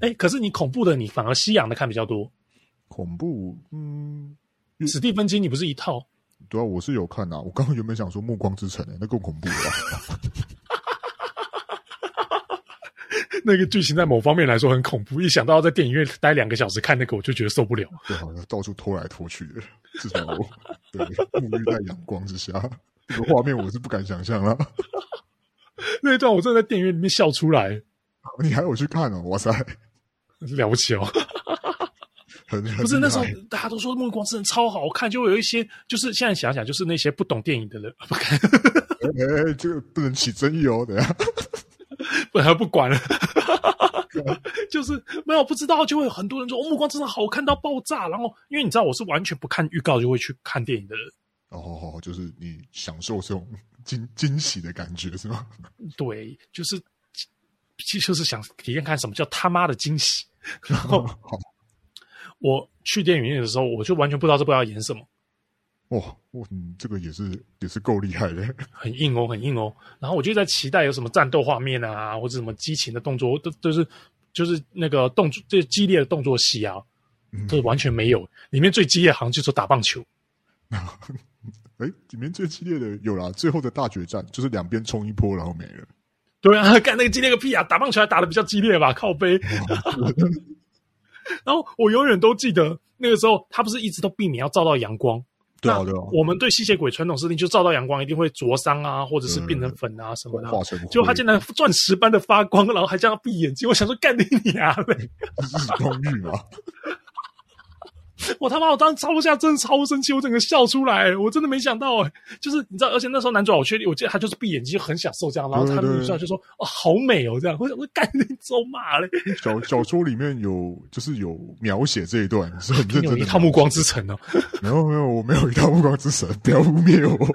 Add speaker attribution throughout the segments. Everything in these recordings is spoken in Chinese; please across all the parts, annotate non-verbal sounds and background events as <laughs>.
Speaker 1: 哎，可是你恐怖的你反而西洋的看比较多。
Speaker 2: 恐怖，嗯，
Speaker 1: 史蒂芬金你不是一套，
Speaker 2: 对啊，我是有看啊。我刚刚原本想说《暮光之城》欸，那更恐怖了 <laughs> 吧？
Speaker 1: <laughs> 那个剧情在某方面来说很恐怖，一想到要在电影院待两个小时看那个，我就觉得受不了。 <laughs>
Speaker 2: 对，好像到处拖来拖去的，至少我对沐浴在阳光之下，这个画面我是不敢想象了。 <laughs>
Speaker 1: 那一段我真的在电影院里面笑出来，
Speaker 2: 你还有去看哦？哇塞，
Speaker 1: 了不起哦！
Speaker 2: 很
Speaker 1: <laughs> 不是 <laughs> 那时候大家都说《暮光之城》超好看，就有一些就是现在想想，就是那些不懂电影的人， <laughs> 不看，
Speaker 2: <laughs> 哎、欸，这个不能起争议哦，等一下。
Speaker 1: 本来不管了， <laughs> 就是没有不知道，就会有很多人说《哦、暮光之城》好看到爆炸。然后，因为你知道我是完全不看预告就会去看电影的人，
Speaker 2: 哦，就是你享受这种惊惊喜的感觉是吗？
Speaker 1: 对，就是其实就是想体验看什么叫他妈的惊喜。然
Speaker 2: <laughs>
Speaker 1: 后我去电影院的时候，我就完全不知道这部要演什么。
Speaker 2: 哇、哦，哇，你这个也是也是够厉害的， <laughs>
Speaker 1: 很硬哦，很硬哦。然后我就在期待有什么战斗画面啊，或者什么激情的动作，都都、就是就是那个动作最激烈的动作戏啊，
Speaker 2: 嗯
Speaker 1: 这、完全没有。里面最激烈好像就是打棒球，
Speaker 2: 哎，里面最激烈的有啦，最后的大决战就是两边冲一波，然后没了。 <laughs>
Speaker 1: 对啊， <laughs> 干那个激烈个屁啊！打棒球还打的比较激烈吧，靠背。然后我永远都记得那个时候，他不是一直都避免要照到阳光。
Speaker 2: 对啊，
Speaker 1: 那
Speaker 2: 对啊，
Speaker 1: 我们对吸血鬼传统设定就照到阳光一定会灼伤啊，或者是变
Speaker 2: 嗯
Speaker 1: 成粉啊什么的啊。
Speaker 2: 化成
Speaker 1: 结果他
Speaker 2: 灰
Speaker 1: 竟然钻石般的发光，然后还这样闭眼睛，我想说干你娘嘞！
Speaker 2: 日光浴嘛，
Speaker 1: 我他妈我当时超下真的超生气，我整个笑出来，我真的没想到哎，就是你知道，而且那时候男主角我确定，我记得他就是闭眼睛就很享受这样，然后他
Speaker 2: 对对
Speaker 1: 女主角就说哦好美哦这样，我想我干你走马嘞，
Speaker 2: 小小说里面有就是有描写这一段，是很认
Speaker 1: 有
Speaker 2: 真
Speaker 1: 一
Speaker 2: 的。
Speaker 1: 套暮光之城哦，
Speaker 2: 没有没有，我没有一套暮光之神，不要污蔑我。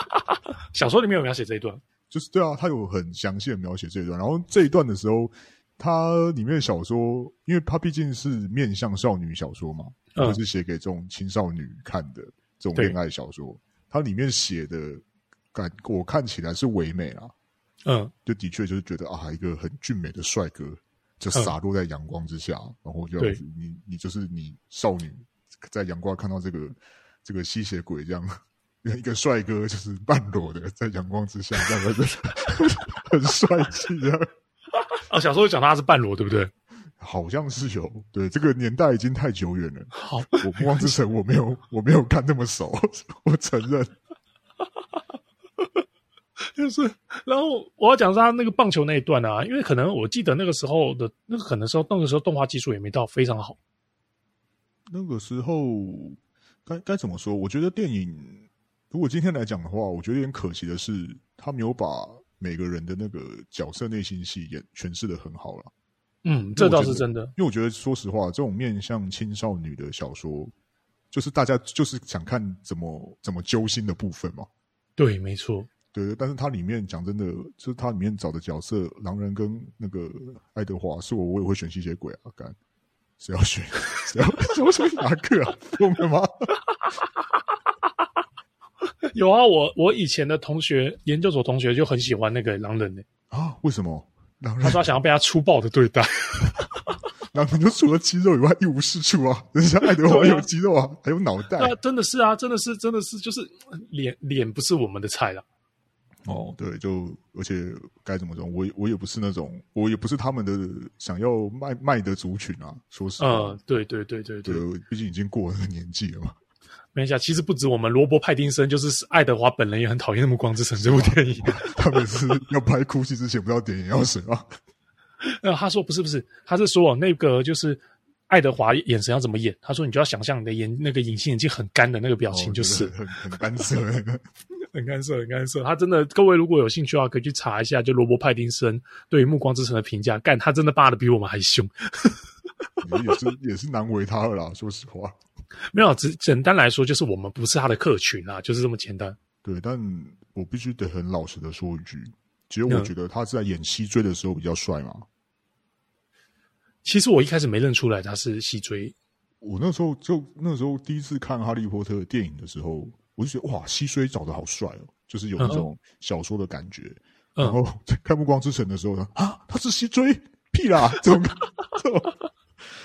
Speaker 2: <laughs>
Speaker 1: 小说里面有描写这一段，
Speaker 2: 就是对啊，他有很详细的描写这一段。然后这一段的时候，它里面的小说，因为它毕竟是面向少女小说嘛，
Speaker 1: 嗯
Speaker 2: 就是写给这种青少女看的这种
Speaker 1: 对
Speaker 2: 恋爱小说，它里面写的感，我看起来是唯美啊，
Speaker 1: 嗯，
Speaker 2: 就的确就是觉得啊，一个很俊美的帅哥，就洒落在阳光之下，然后就
Speaker 1: 嗯对
Speaker 2: 你你就是你少女在阳光看到这个这个吸血鬼这样。一个帅哥就是半裸的，在阳光之下，这样子很帅气这样，
Speaker 1: 啊，小时候讲他是半裸，对不对？
Speaker 2: 好像是有对这个年代已经太久远了。
Speaker 1: 好，
Speaker 2: 我不光之城我没有我没有看那么熟，我承认。
Speaker 1: 就是，然后我要讲是他那个棒球那一段啊，因为可能我记得那个时候的，那个可能时候那个时候动画技术也没到非常好，
Speaker 2: 那个时候该该怎么说？我觉得电影如果今天来讲的话，我觉得有点可惜的是，他没有把每个人的那个角色内心戏演诠释的很好了。
Speaker 1: 嗯，这倒是真的，
Speaker 2: 因为我觉得，说实话，这种面向青少女的小说，就是大家就是想看怎么怎么揪心的部分嘛。
Speaker 1: 对，没错，
Speaker 2: 对，但是它里面讲真的，就是它里面找的角色，狼人跟那个爱德华，是我我也会选吸血鬼啊，干，谁要选 <laughs> 谁要谁要选哪个啊？ <laughs> 疯了吗？
Speaker 1: <laughs> 有啊，我我以前的同学，研究所同学就很喜欢那个狼人呢、
Speaker 2: 啊？为什么？狼
Speaker 1: 他
Speaker 2: 人
Speaker 1: 说他想要被他粗暴的
Speaker 2: <laughs>
Speaker 1: 对待，
Speaker 2: 狼人就除了肌肉以外一无是处啊！ <laughs> 人家爱德华
Speaker 1: 对啊
Speaker 2: 有肌肉啊，还有脑袋
Speaker 1: 那真的是啊，真的是真的是就是脸脸不是我们的菜啦，嗯
Speaker 2: 哦。对，就而且该怎么说，我也我也不是那种，我也不是他们的想要卖卖的族群啊。说实话，
Speaker 1: 嗯，对对对对对
Speaker 2: 对，，毕竟已经过了那个年纪了嘛。 <laughs>
Speaker 1: 没想其实不止我们，罗伯派丁森就是爱德华本人也很讨厌《暮光之城》这部电影。
Speaker 2: 他们是要拍哭戏之前不知道点眼药水啊吗？
Speaker 1: 呃，他说不是不是，他是说那个就是爱德华眼神要怎么演？他说你就要想象你的眼那个隐形眼镜很干的那个表情，就是、
Speaker 2: 哦很很干涩 <laughs> 那个。
Speaker 1: <laughs> 很干涩很干涩。他真的，各位如果有兴趣的话，可以去查一下，就罗伯派丁森对于《暮光之城》的评价。干，他真的骂的比我们还凶。
Speaker 2: 也是也是难为他了啦，说实话。
Speaker 1: 没有，只简单来说就是我们不是他的客群啦，就是这么简单。
Speaker 2: 对，但我必须得很老实的说一句，其实
Speaker 1: 嗯
Speaker 2: 我觉得他是在演西追的时候比较帅嘛。
Speaker 1: 其实我一开始没认出来他是西追，
Speaker 2: 我那时候就那时候第一次看《哈利波特》的电影的时候，我就觉得哇，西追长得好帅哦，就是有那种小说的感觉。
Speaker 1: 嗯
Speaker 2: 然后在看《暮光之城》的时候呢，啊，他是西追，屁啦，
Speaker 1: <laughs>
Speaker 2: 这种这种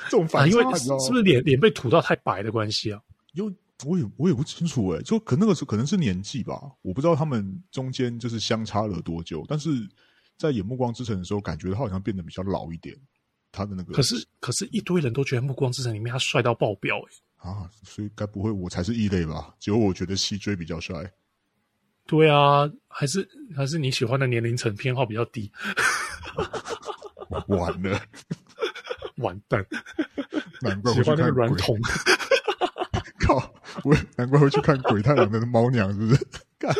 Speaker 2: 这种
Speaker 1: 啊，
Speaker 2: 反
Speaker 1: 因
Speaker 2: 差，
Speaker 1: 为
Speaker 2: 你知
Speaker 1: 是
Speaker 2: 道
Speaker 1: 是
Speaker 2: 吗
Speaker 1: 不？是脸脸被涂到太白的关系啊？
Speaker 2: 因为我也我也不清楚哎、就可那个时候可能是年纪吧，我不知道他们中间就是相差了多久，但是在演《暮光之城》的时候，感觉他好像变得比较老一点，他的那个
Speaker 1: 可是可是，一堆人都觉得《暮光之城》里面他帅到爆表、欸，
Speaker 2: 啊，所以该不会我才是异类吧？结果我觉得西追比较帅，
Speaker 1: 对啊，还是还是你喜欢的年龄层偏好比较低，
Speaker 2: 完了，
Speaker 1: 完蛋，
Speaker 2: 难怪
Speaker 1: 喜
Speaker 2: 我去
Speaker 1: 欢那个
Speaker 2: 看
Speaker 1: 软
Speaker 2: 鬼 <laughs>
Speaker 1: 桶，
Speaker 2: 靠，我难怪会去看《鬼太郎的猫娘》，是不是？看